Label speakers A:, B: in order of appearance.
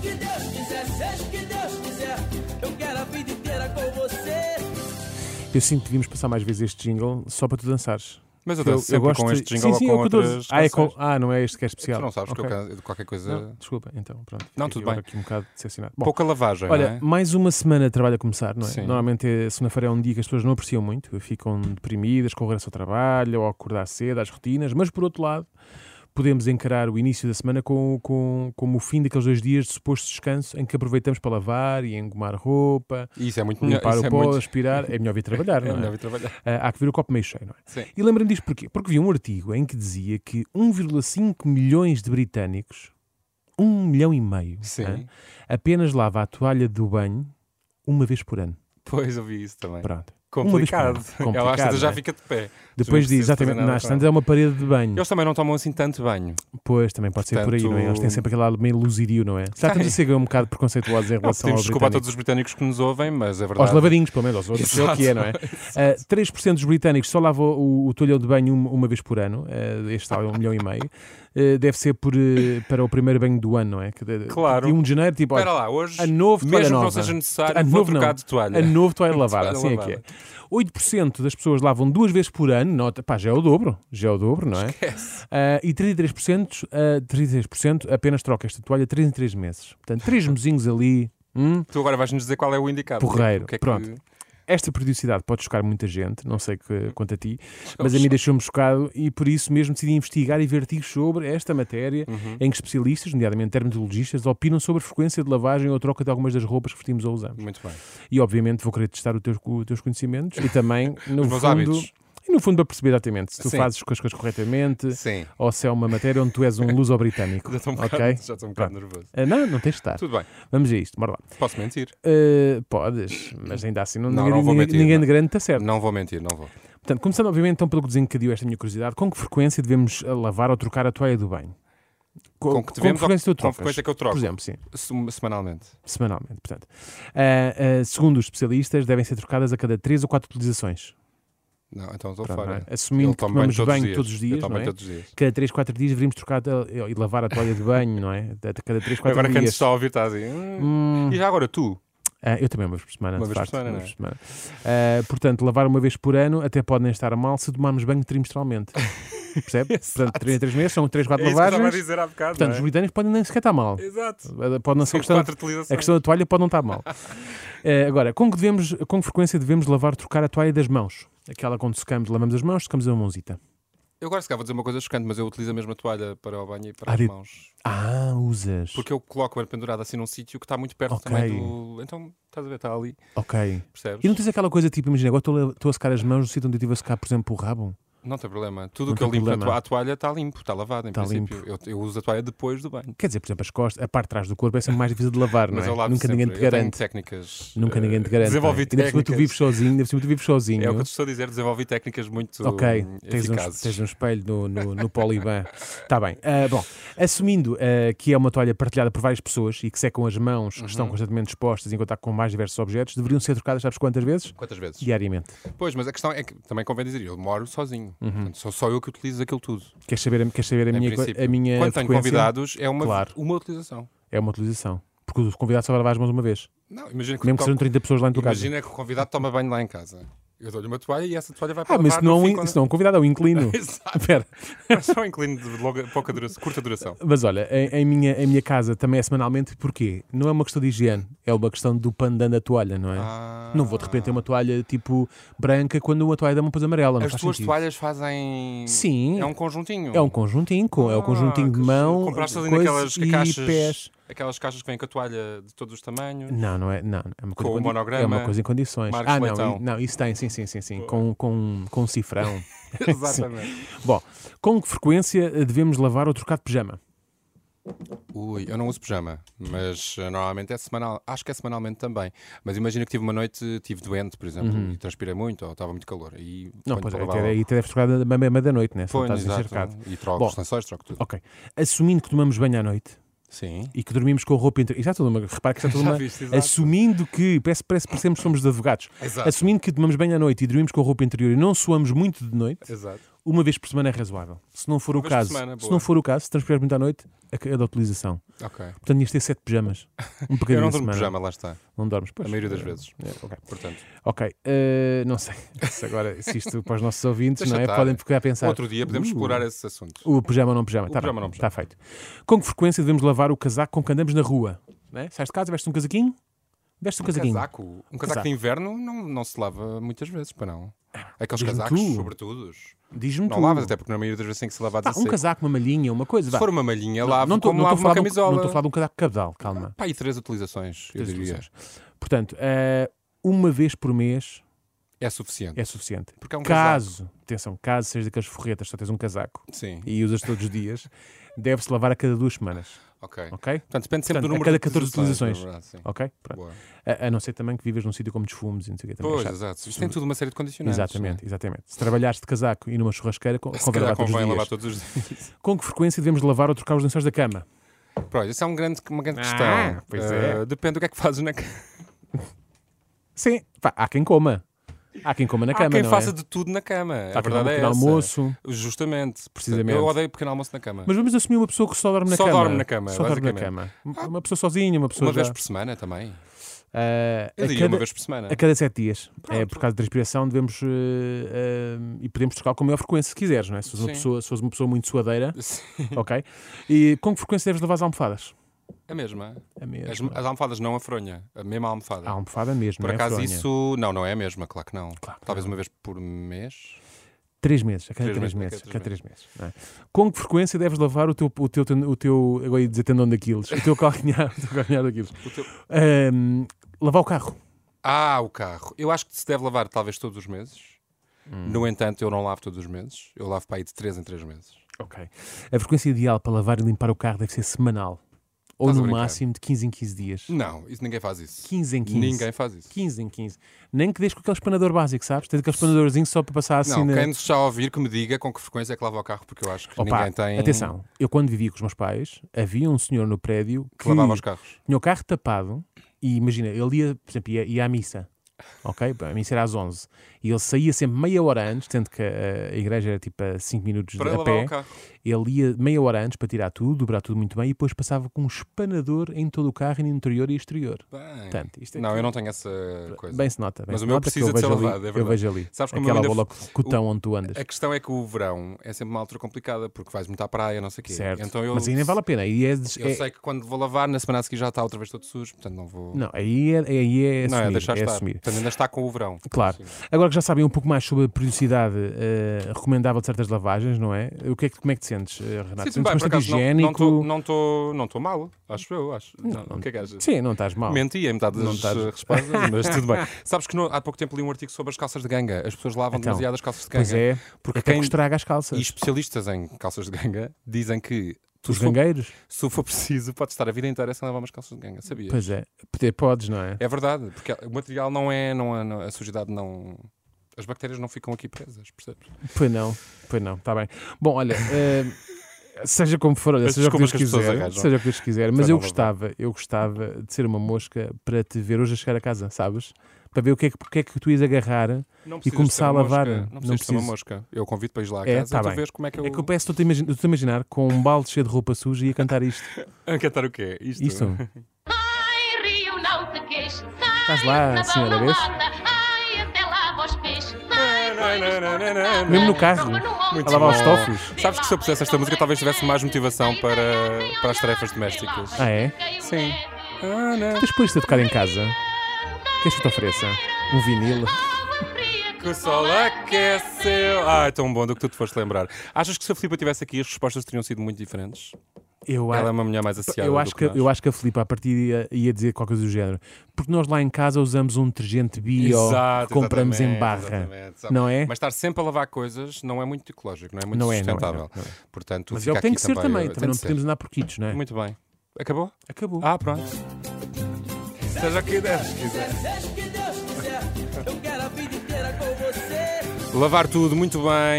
A: que Deus quiser, seja o que Deus quiser. Eu quero a vida inteira com você.
B: Eu sinto que devíamos passar mais vezes este jingle só para tu dançares.
C: Mas eu
B: Eu-
C: danço
B: eu
C: sempre
B: gosto
C: com
B: de-
C: este jingle
B: Sim, sim,
C: ou com
B: é o que eu tô a dizer.
C: outras
B: ah, é com-
C: canções.
B: ah, não é este que é especial.
C: Tu não sabes
B: Ok.
C: que eu canso- qualquer coisa...
B: Não, Desculpa, então, pronto.
C: Não,
B: Fiquei
C: tudo bem.
B: agora aqui um bocado decepcionado. Bom,
C: Pouca lavagem,
B: olha,
C: não é?
B: mais uma semana de trabalho a começar, não é?
C: Sim.
B: Normalmente é- segunda-feira é um dia que as pessoas não apreciam muito, ficam deprimidas com o regresso ao trabalho ou acordar cedo, às rotinas, mas por outro lado, podemos encarar o início da semana com, com- como o fim daqueles dois dias de suposto descanso em que aproveitamos para lavar e engomar roupa,
C: Isso é muito melhor.
B: limpar
C: Isso
B: o
C: é
B: pó,
C: muito...
B: aspirar. É melhor vir trabalhar,
C: É
B: não é?
C: melhor ir trabalhar.
B: Ah, há que ver o copo meio cheio, não é?
C: Sim.
B: E lembro-me disto porquê? Porque vi um artigo em que dizia que 1,5 milhões de britânicos, 1 milhão e meio,
C: Sim.
B: hã, apenas lava a toalha do banho uma vez por ano.
C: Pois ouvi isso também.
B: Pronto.
C: Complicado.
B: Uma vez por ano.
C: Ela às
B: Complicado,
C: tantas já
B: não é?
C: fica de pé.
B: Depois diz,
C: não precisas fazer
B: exatamente,
C: nada
B: nas
C: com
B: tantas é uma parede de banho.
C: Eles também não tomam assim tanto banho.
B: Pois, também pode ser por aí, não é? Eles têm
C: Portanto-
B: sempre aquele lado meio luzidio, não é? Já estamos a ser um bocado preconceituosos em
C: Não,
B: relação
C: pedimos
B: aos
C: desculpa a
B: britânicos.
C: todos os britânicos que nos ouvem, mas é
B: Aos
C: verdade.
B: lavadinhos, pelo menos, aos outros, é o que é, não é? Ah, 3% dos britânicos só lavam o, o tolhão de banho um, uma, uma vez por ano, ah, este tal é um milhão e meio. Ah, deve ser por, eh, para o primeiro banho do ano, não é? Que de-
C: Claro.
B: De 1 de janeiro, tipo, olha,
C: Espera lá, hoje,
B: a novo toalha
C: mesmo que não
B: nova.
C: seja necessário,
B: A
C: vou
B: novo
C: trocar
B: não.
C: de toalha.
B: a novo toalha lavada,
C: Toalha
B: assim é
C: lavada.
B: que é. 8% das pessoas lavam duas vezes por ano, nota, pá, já é o dobro, já é o dobro, não é? Ah, e 33%, ah, 33% apenas troca esta toalha 3 em 3 meses. Portanto, 3 mesinhos ali. hum?
C: Tu agora vais-nos dizer qual é o indicado.
B: Porreiro.
C: O que é que-
B: Pronto. Esta periodicidade pode chocar muita gente, não sei
C: Hum.
B: que, quanto a ti, mas a mim deixou-me chocado e por isso mesmo decidi investigar e ver artigos sobre esta matéria
C: Uhum.
B: em que especialistas, nomeadamente dermatologistas, opinam sobre a frequência de lavagem ou troca de algumas das roupas que vestimos ou usamos.
C: Muito bem.
B: E obviamente vou querer testar o teu- os teus conhecimentos e também, no
C: Os meus
B: fundo,
C: hábitos.
B: e no fundo para perceber exatamente se tu
C: Sim.
B: fazes as coisas corretamente
C: Sim.
B: ou se é uma matéria onde tu és um luso-britânico.
C: Já estou um bocado,
B: Ok.
C: já estou um bocado nervoso.
B: Ah, não, não tens de estar.
C: Tudo bem.
B: Vamos a isto, bora lá.
C: Posso mentir?
B: Ah, podes, mas ainda assim não,
C: Não,
B: ninguém,
C: não vou
B: ninguém-
C: mentir,
B: ninguém
C: não.
B: de grande está certo.
C: Não vou mentir, não vou.
B: Portanto, começando obviamente então pelo que desencadeou esta minha curiosidade, com que frequência devemos ah, lavar ou trocar a toalha do banho? Co-
C: Com que devemos ou
B: frequência tu
C: com
B: trocas?
C: frequência que eu troco?
B: Por exemplo, sim,
C: Sem- Semanalmente.
B: semanalmente. Portanto, Ah, ah, segundo os especialistas, devem ser trocadas a cada 3 ou 4 utilizações.
C: Não, então estou
B: Pronto, não é?
C: fora.
B: Assumindo
C: Ele
B: que
C: toma
B: tomamos
C: banho
B: banho todos os dias,
C: Eu tomo
B: não
C: banho
B: é?
C: todos os dias.
B: Cada 3, 4 dias deveríamos trocar a- e lavar a toalha de banho, não é? A cada 3, 4
C: Agora que antes
B: dias.
C: está a ouvir, está assim. "Hum,
B: Hum,
C: E já agora tu?
B: ah, eu também, uma vez por semana.
C: Uma
B: de
C: vez por
B: facto,
C: semana,
B: uma
C: não é?
B: vez por semana. Ah, portanto, lavar uma vez por ano até pode nem estar mal se tomarmos banho trimestralmente. Percebe? portanto, 3 3 meses são 3, 4
C: É isso que eu estava a
B: lavagens.
C: dizer há bocado.
B: Portanto,
C: não é?
B: os britânicos podem nem sequer estar mal. Ah,
C: Exato.
B: Pode não ser
C: São
B: questão.
C: quatro
B: A
C: utilizações.
B: questão da toalha pode não estar mal. Eh, agora, com que, devemos, com que frequência devemos lavar, trocar a toalha das mãos? Aquela quando secamos, lavamos as mãos, secamos a mãozita.
C: Eu agora se calhar vou dizer uma coisa chocante, mas eu utilizo a mesma toalha para o banho e para
B: Ah,
C: as
B: de-
C: mãos.
B: Ah, usas.
C: Porque eu coloco-a pendurada assim num sítio que está muito perto
B: Ok.
C: também do. Então, estás a ver, está ali,
B: Ok.
C: percebes?
B: E não tens aquela coisa tipo, imagina, agora estou a- estou a secar as mãos no sítio onde eu estive a secar, por exemplo, o rabo?
C: Não tem problema. Tudo
B: Não
C: o que eu
B: tem
C: limpo na
B: problema.
C: toalha, a toalha está limpo, está lavada em
B: Está
C: princípio. Eu, eu uso a toalha depois do banho.
B: Quer dizer, por exemplo, as costas, a parte de trás do corpo é sempre mais difícil de lavar, não
C: Mas
B: é?
C: eu lavo
B: Nunca
C: sempre.
B: ninguém te
C: Eu tenho
B: garante.
C: técnicas.
B: Nunca
C: eh,
B: ninguém te garante. não
C: Desenvolvi
B: é? Ainda por cima tu vives
C: técnicas.
B: sozinho, ainda por cima tu vives sozinho.
C: É o que eu te estou a dizer, desenvolvi técnicas muito
B: Ok,
C: hum,
B: tens um,
C: eficazes.
B: tens um espelho no, no, no Poliban. Está bem. Ah, bom, assumindo ah, que é uma toalha partilhada por várias pessoas e que secam as mãos que
C: Uhum.
B: estão constantemente expostas em contato com mais diversos objetos, deveriam ser trocadas, sabes quantas vezes?
C: Quantas vezes?
B: Diariamente.
C: Pois, mas a questão é que também convém dizer, eu moro sozinho. Portanto, sou só eu que utilizo aquilo tudo.
B: Queres saber, a- queres saber a,
C: em
B: Uhum. minha, co-
C: princípio.
B: a minha
C: Quando tenho
B: frequência?
C: convidados, é uma,
B: Claro.
C: uma utilização.
B: É uma utilização. Porque os convidados só vão lavar as mãos uma vez.
C: Não, imagina que,
B: Mesmo que
C: to-
B: sejam 30 pessoas lá em tua casa.
C: imagina que o convidado toma banho lá em casa. Eu dou-lhe uma toalha e essa toalha vai para
B: Ah, mas
C: lavar
B: isso não, é
C: no
B: um
C: fim,
B: in-
C: quando-
B: isso não é um convidado, é um inclino.
C: Exato.
B: Espera.
C: É só um inclino de longa- pouca duração, curta duração.
B: Mas olha, em, em minha, em minha casa também é semanalmente, porquê? Não é uma questão de higiene, é uma questão do pandan da toalha, não é?
C: Ah.
B: Não vou de repente ter uma toalha tipo branca quando uma toalha dá uma pose amarela. Não
C: As
B: faz
C: tuas
B: sentido.
C: toalhas fazem.
B: Sim.
C: É um conjuntinho.
B: É um conjuntinho, com- é o
C: Ah,
B: conjuntinho
C: que
B: de mão,
C: giro. Compraste ali
B: coisa
C: naquelas
B: e
C: caixas.
B: pés.
C: Aquelas caixas que vêm com a toalha de todos os tamanhos.
B: Não, não é. Não, é uma coisa
C: Com o
B: condi-
C: monograma,
B: É uma coisa em condições.
C: Marcos
B: ah, não,
C: Leitão.
B: i- não, isso tem, sim, sim, sim, sim. Com, com, com um cifrão.
C: Exatamente.
B: Bom, com que frequência eh, devemos lavar ou trocar de pijama?
C: Ui, eu não uso pijama, mas eh, normalmente é semanal. Acho que é semanalmente também. Mas imagina que tive uma noite, tive doente, por exemplo, e transpirei muito, ou estava muito calor. E
B: Uhum. Não,
C: ponho
B: pois é,
C: para
B: até,
C: lavar.
B: aí até deves trocar da mesma da noite, né? Se não
C: Ponho,
B: estás
C: exato.
B: encharcado.
C: E troco
B: Bom.
C: os lençóis, troco tudo.
B: Ok. Assumindo que tomamos banho à noite,
C: Sim.
B: e que dormimos com a roupa interior. Isso é toda uma. Repare que isso é toda
C: Já
B: uma.
C: viste, exato.
B: Assumindo que. Parece, parece que parecemos que somos de advogados.
C: Exato.
B: Assumindo que tomamos banho à noite e dormimos com a roupa interior e não suamos muito de noite,
C: Exato.
B: uma vez por semana é razoável. Se não for o
C: vez por
B: caso.
C: semana,
B: se
C: boa.
B: não for o caso, se transpirares muito à noite, é que é da utilização.
C: Ok.
B: Portanto, ias ter sete pijamas. Um
C: Eu
B: bocadinho
C: não
B: de
C: durmo
B: semana.
C: pijama, lá está.
B: Não dormes, pois.
C: A maioria das
B: Eh,
C: vezes.
B: é, ok.
C: Portanto,
B: Ok, eh, não sei. Se agora, se isto para os nossos ouvintes,
C: Deixa
B: não é?
C: estar.
B: Podem ficar a pensar.
C: outro dia podemos
B: "Uh,
C: explorar esses assuntos.
B: O pijama ou não pijama.
C: O
B: Está
C: pijama ou não pijama.
B: Está feito. Com que frequência devemos lavar o casaco com que andamos na rua? Né? Sais de casa, vestes um casaquinho? Vestes um, casaquinho.
C: Casaco. Um casaco
B: Casaco.
C: de inverno não, não se lava muitas vezes, para não. Aqueles
B: Diz-me
C: casacos,
B: tu.
C: sobretudo.
B: Diz-me
C: Não
B: tu.
C: lavas, até porque na maioria das vezes tem que se lavar
B: Pá,
C: a
B: um
C: seco.
B: casaco, uma malhinha, uma coisa.
C: Se
B: vá.
C: for uma malhinha, lavo
B: tô-
C: como
B: tô a
C: lavo
B: falar
C: uma
B: de um- não estou a falar
C: camisola.
B: de um casaco cabedal, calma.
C: Pá, e três utilizações, eu
B: Três
C: diria.
B: utilizações. Portanto, eh, uma vez por mês
C: É suficiente.
B: é suficiente.
C: Porque é um
B: caso, atenção, caso sejas daquelas forretas, só tens um casaco
C: Sim,
B: e usas todos os dias, deve-se lavar a cada duas semanas,
C: ok.
B: ok?
C: Portanto, depende sempre
B: Portanto,
C: do
B: a
C: número
B: cada
C: de
B: 14 utilizações.
C: utilizações. na verdade, sim.
B: Ok? Pronto.
C: Boa.
B: A, a não ser também que vivas num sítio com muitos fumos e não sei o que também. é
C: Pois,
B: chato.
C: exato. Isto tem tudo uma série de condicionantes.
B: Exatamente, exatamente. Se trabalhares de casaco e numa churrasqueira, co-
C: não é? Se
B: convém
C: calhar
B: lavar todos os
C: convém
B: dias.
C: lavar todos os dias.
B: Com que frequência devemos lavar ou trocar os lençóis da cama?
C: Pronto, isso é um grande, uma grande
B: Ah,
C: questão.
B: pois é.
C: Eh, depende do que é que fazes na cama.
B: Sim, pá, há quem coma. Há quem coma na cama,
C: Há quem
B: não
C: faça
B: é?
C: de tudo na cama.
B: Há
C: a
B: quem dá um
C: verdade é
B: pequeno
C: essa.
B: almoço.
C: Justamente.
B: Precisamente.
C: Eu odeio pequeno almoço na cama.
B: Mas vamos assumir uma pessoa que só dorme na
C: Só
B: cama.
C: dorme na cama,
B: Só dorme na cama.
C: basicamente. Ah.
B: Uma pessoa sozinha, uma pessoa
C: uma vez
B: já-
C: por semana também.
B: Ah,
C: Eu
B: a,
C: diria
B: cada,
C: uma vez por semana.
B: a cada sete dias. É, por causa da transpiração, devemos. eh, eh, e podemos trocar com maior frequência se quiseres, não é? Se fores uma
C: Sim.
B: pessoa, se fores uma pessoa muito suadeira,
C: Sim,
B: ok? E com que frequência deves lavar as almofadas?
C: é A mesma.
B: É A mesma.
C: As, as almofadas não a fronha. A mesma almofada.
B: A almofada mesmo.
C: Por
B: não é,
C: acaso
B: fronha?
C: isso. Não, não é a mesma, claro que não.
B: Claro que
C: Talvez uma vez por mês.
B: Três meses, a cada
C: Três
B: três,
C: meses,
B: meses. a cada três meses. não é? Com que frequência deves lavar o teu, o teu, ten- o teu agora ia dizer tendão daqueles, o teu calcanhar, o teu calcanhar daqueles?
C: O teu-
B: Ahm, lavar o carro.
C: Ah, o carro. Eu acho que se deve lavar talvez todos os meses.
B: Hum.
C: No entanto, eu não lavo todos os meses. Eu lavo para aí de 3 em 3 meses.
B: Ok. A frequência ideal para lavar e limpar o carro deve ser semanal. Ou
C: Estás a
B: no
C: brincar?
B: máximo de 15 em 15 dias.
C: Não, isso ninguém faz isso.
B: 15 em 15.
C: Ninguém faz isso.
B: 15 em 15. Nem que deixes com aquele espanador básico, sabes? Tens aquele espanadorzinho só para passar assim
C: Não,
B: na...
C: quem nos está a ouvir que me diga com que frequência é que lava o carro, porque eu acho que
B: Opa,
C: ninguém tem.
B: Atenção, eu quando vivia com os meus pais, havia um senhor no prédio que,
C: Que lavava os carros.
B: tinha o carro tapado e imagina, ele ia, por exemplo, ia, ia à missa, ok? A missa era às 11 e ele saía sempre meia hora antes, sendo que a, a igreja era tipo a 5 minutos
C: Para
B: de- a
C: lavar
B: pé.
C: o carro.
B: Ele ia meia hora antes para tirar tudo, dobrar tudo muito bem e depois passava com um espanador em todo o carro, no interior e exterior.
C: Bem,
B: Portanto, isto é
C: não,
B: que-
C: eu não tenho essa coisa.
B: Bem se nota. Bem
C: Mas
B: se
C: o meu
B: nota que
C: precisa
B: eu
C: de ser
B: vejo ali-
C: lavado, é
B: Eu
C: verdade.
B: vejo ali.
C: Sabes como eu
B: aquela
C: ainda
B: bola cotão onde tu andas.
C: A questão é que o verão é sempre uma altura complicada, porque vais muito à praia, não sei o quê.
B: Certo.
C: Então eu,
B: Mas aí nem vale a pena. Aí é,
C: eu
B: é-
C: sei que quando vou lavar, na semana a seguir já está outra vez todo sujo, portanto não vou.
B: Não, aí é, aí é
C: Não, é
B: assumir,
C: deixar
B: é
C: estar.
B: assumir.
C: Portanto, ainda está com o verão.
B: Claro.
C: Sim.
B: Agora que já sabem um pouco mais sobre a periodicidade eh, recomendável de certas lavagens, não é? O que é que, como é que te sentes, eh, Renato?
C: Sim, sim,
B: sentes
C: bem, por
B: bastante
C: acaso, não- não
B: higiênico?
C: estou não tô, não tô mal, acho eu. Acho. Não,
B: não-
C: o que é que achas?
B: Sim, não estás mal.
C: Menti em metade
B: Não
C: das
B: estás-
C: eh, respostas, mas tudo bem. Sabes que no- há pouco tempo li um artigo sobre as calças de ganga. As pessoas lavam
B: Então,
C: demasiado as calças de ganga.
B: Pois é, porque
C: Porque
B: até
C: quem-
B: que estraga as calças.
C: E especialistas em calças de ganga dizem que tu,
B: Os
C: se, for,
B: gangueiros?
C: se for preciso, podes estar a vida inteira sem lavar umas calças de ganga. Sabia?
B: Pois é, Poder- podes, não é?
C: É verdade, porque o material não é. Não é não- a sujidade não. As bactérias não ficam aqui presas, percebes?
B: Pois não, pois não, está bem. Bom, olha, eh, seja como for, olha,
C: As
B: seja o que Deus
C: desculpas que as pessoas
B: quiser,
C: arranjam.
B: seja o que Deus quiser, mas
C: Para
B: eu
C: não
B: gostava, eu gostava de ser uma mosca para te ver hoje a chegar a casa, sabes? Para ver o que é que, porque é que tu ias agarrar.
C: Não
B: E
C: precisas
B: começar
C: ter
B: a
C: uma
B: lavar,
C: mosca.
B: não
C: Não precisas ter uma
B: preciso.
C: mosca. Eu convido para ir lá a
B: É,
C: casa
B: tá
C: e tu
B: bem.
C: vês como é que eu.
B: É que eu peço, estou-te a imagi- estou-te a imaginar com um balde cheio de roupa suja e a cantar isto.
C: A cantar o quê? Isto.
B: Isto.
D: Ai, Rio, não te queixe.
B: Estás lá, senhora, vês?
D: Ai, até lava os peixes. Ai,
C: Não, não, não, não, não, não.
B: Mesmo no carro,
D: Muito
B: a lavar
C: bom.
B: os tofos.
C: Sabes que se eu pusesse esta música talvez tivesse mais motivação para, para as tarefas domésticas.
B: Ah, é?
C: Sim. Ah, não.
B: Tens por isto Então a tocar em casa? Queres que eu te ofereça? Um vinil?
C: Que o sol é aqueceu. Ah, é tão bom do que tu te foste lembrar. Achas que se a Filipa estivesse aqui as respostas teriam sido muito diferentes?
B: Eu,
C: Ela é
B: a...
C: uma mulher mais associada.
B: eu, acho, que,
C: nós.
B: eu acho que a Filipa, a partir ia, ia dizer qualquer coisa do género. Porque nós lá em casa usamos um detergente bio
C: Exato,
B: que compramos em
C: exatamente,
B: barra.
C: exatamente, sabe?
B: Não é?
C: Mas estar sempre a lavar coisas não é muito ecológico, não é muito
B: Não é, não é,
C: sustentável.
B: não é, não
C: Portanto,
B: Mas é o
C: fica
B: que tem
C: aqui
B: que ser também.
C: eh,
B: Também,
C: tem
B: não
C: de ser.
B: podemos andar por quitos, não é?
C: Muito bem. Acabou?
B: Acabou.
C: Ah, pronto. Seja o que Deus quiser.
A: Seja o que Deus quiser, eu quero a vida inteira com você.
C: Lavar tudo muito bem.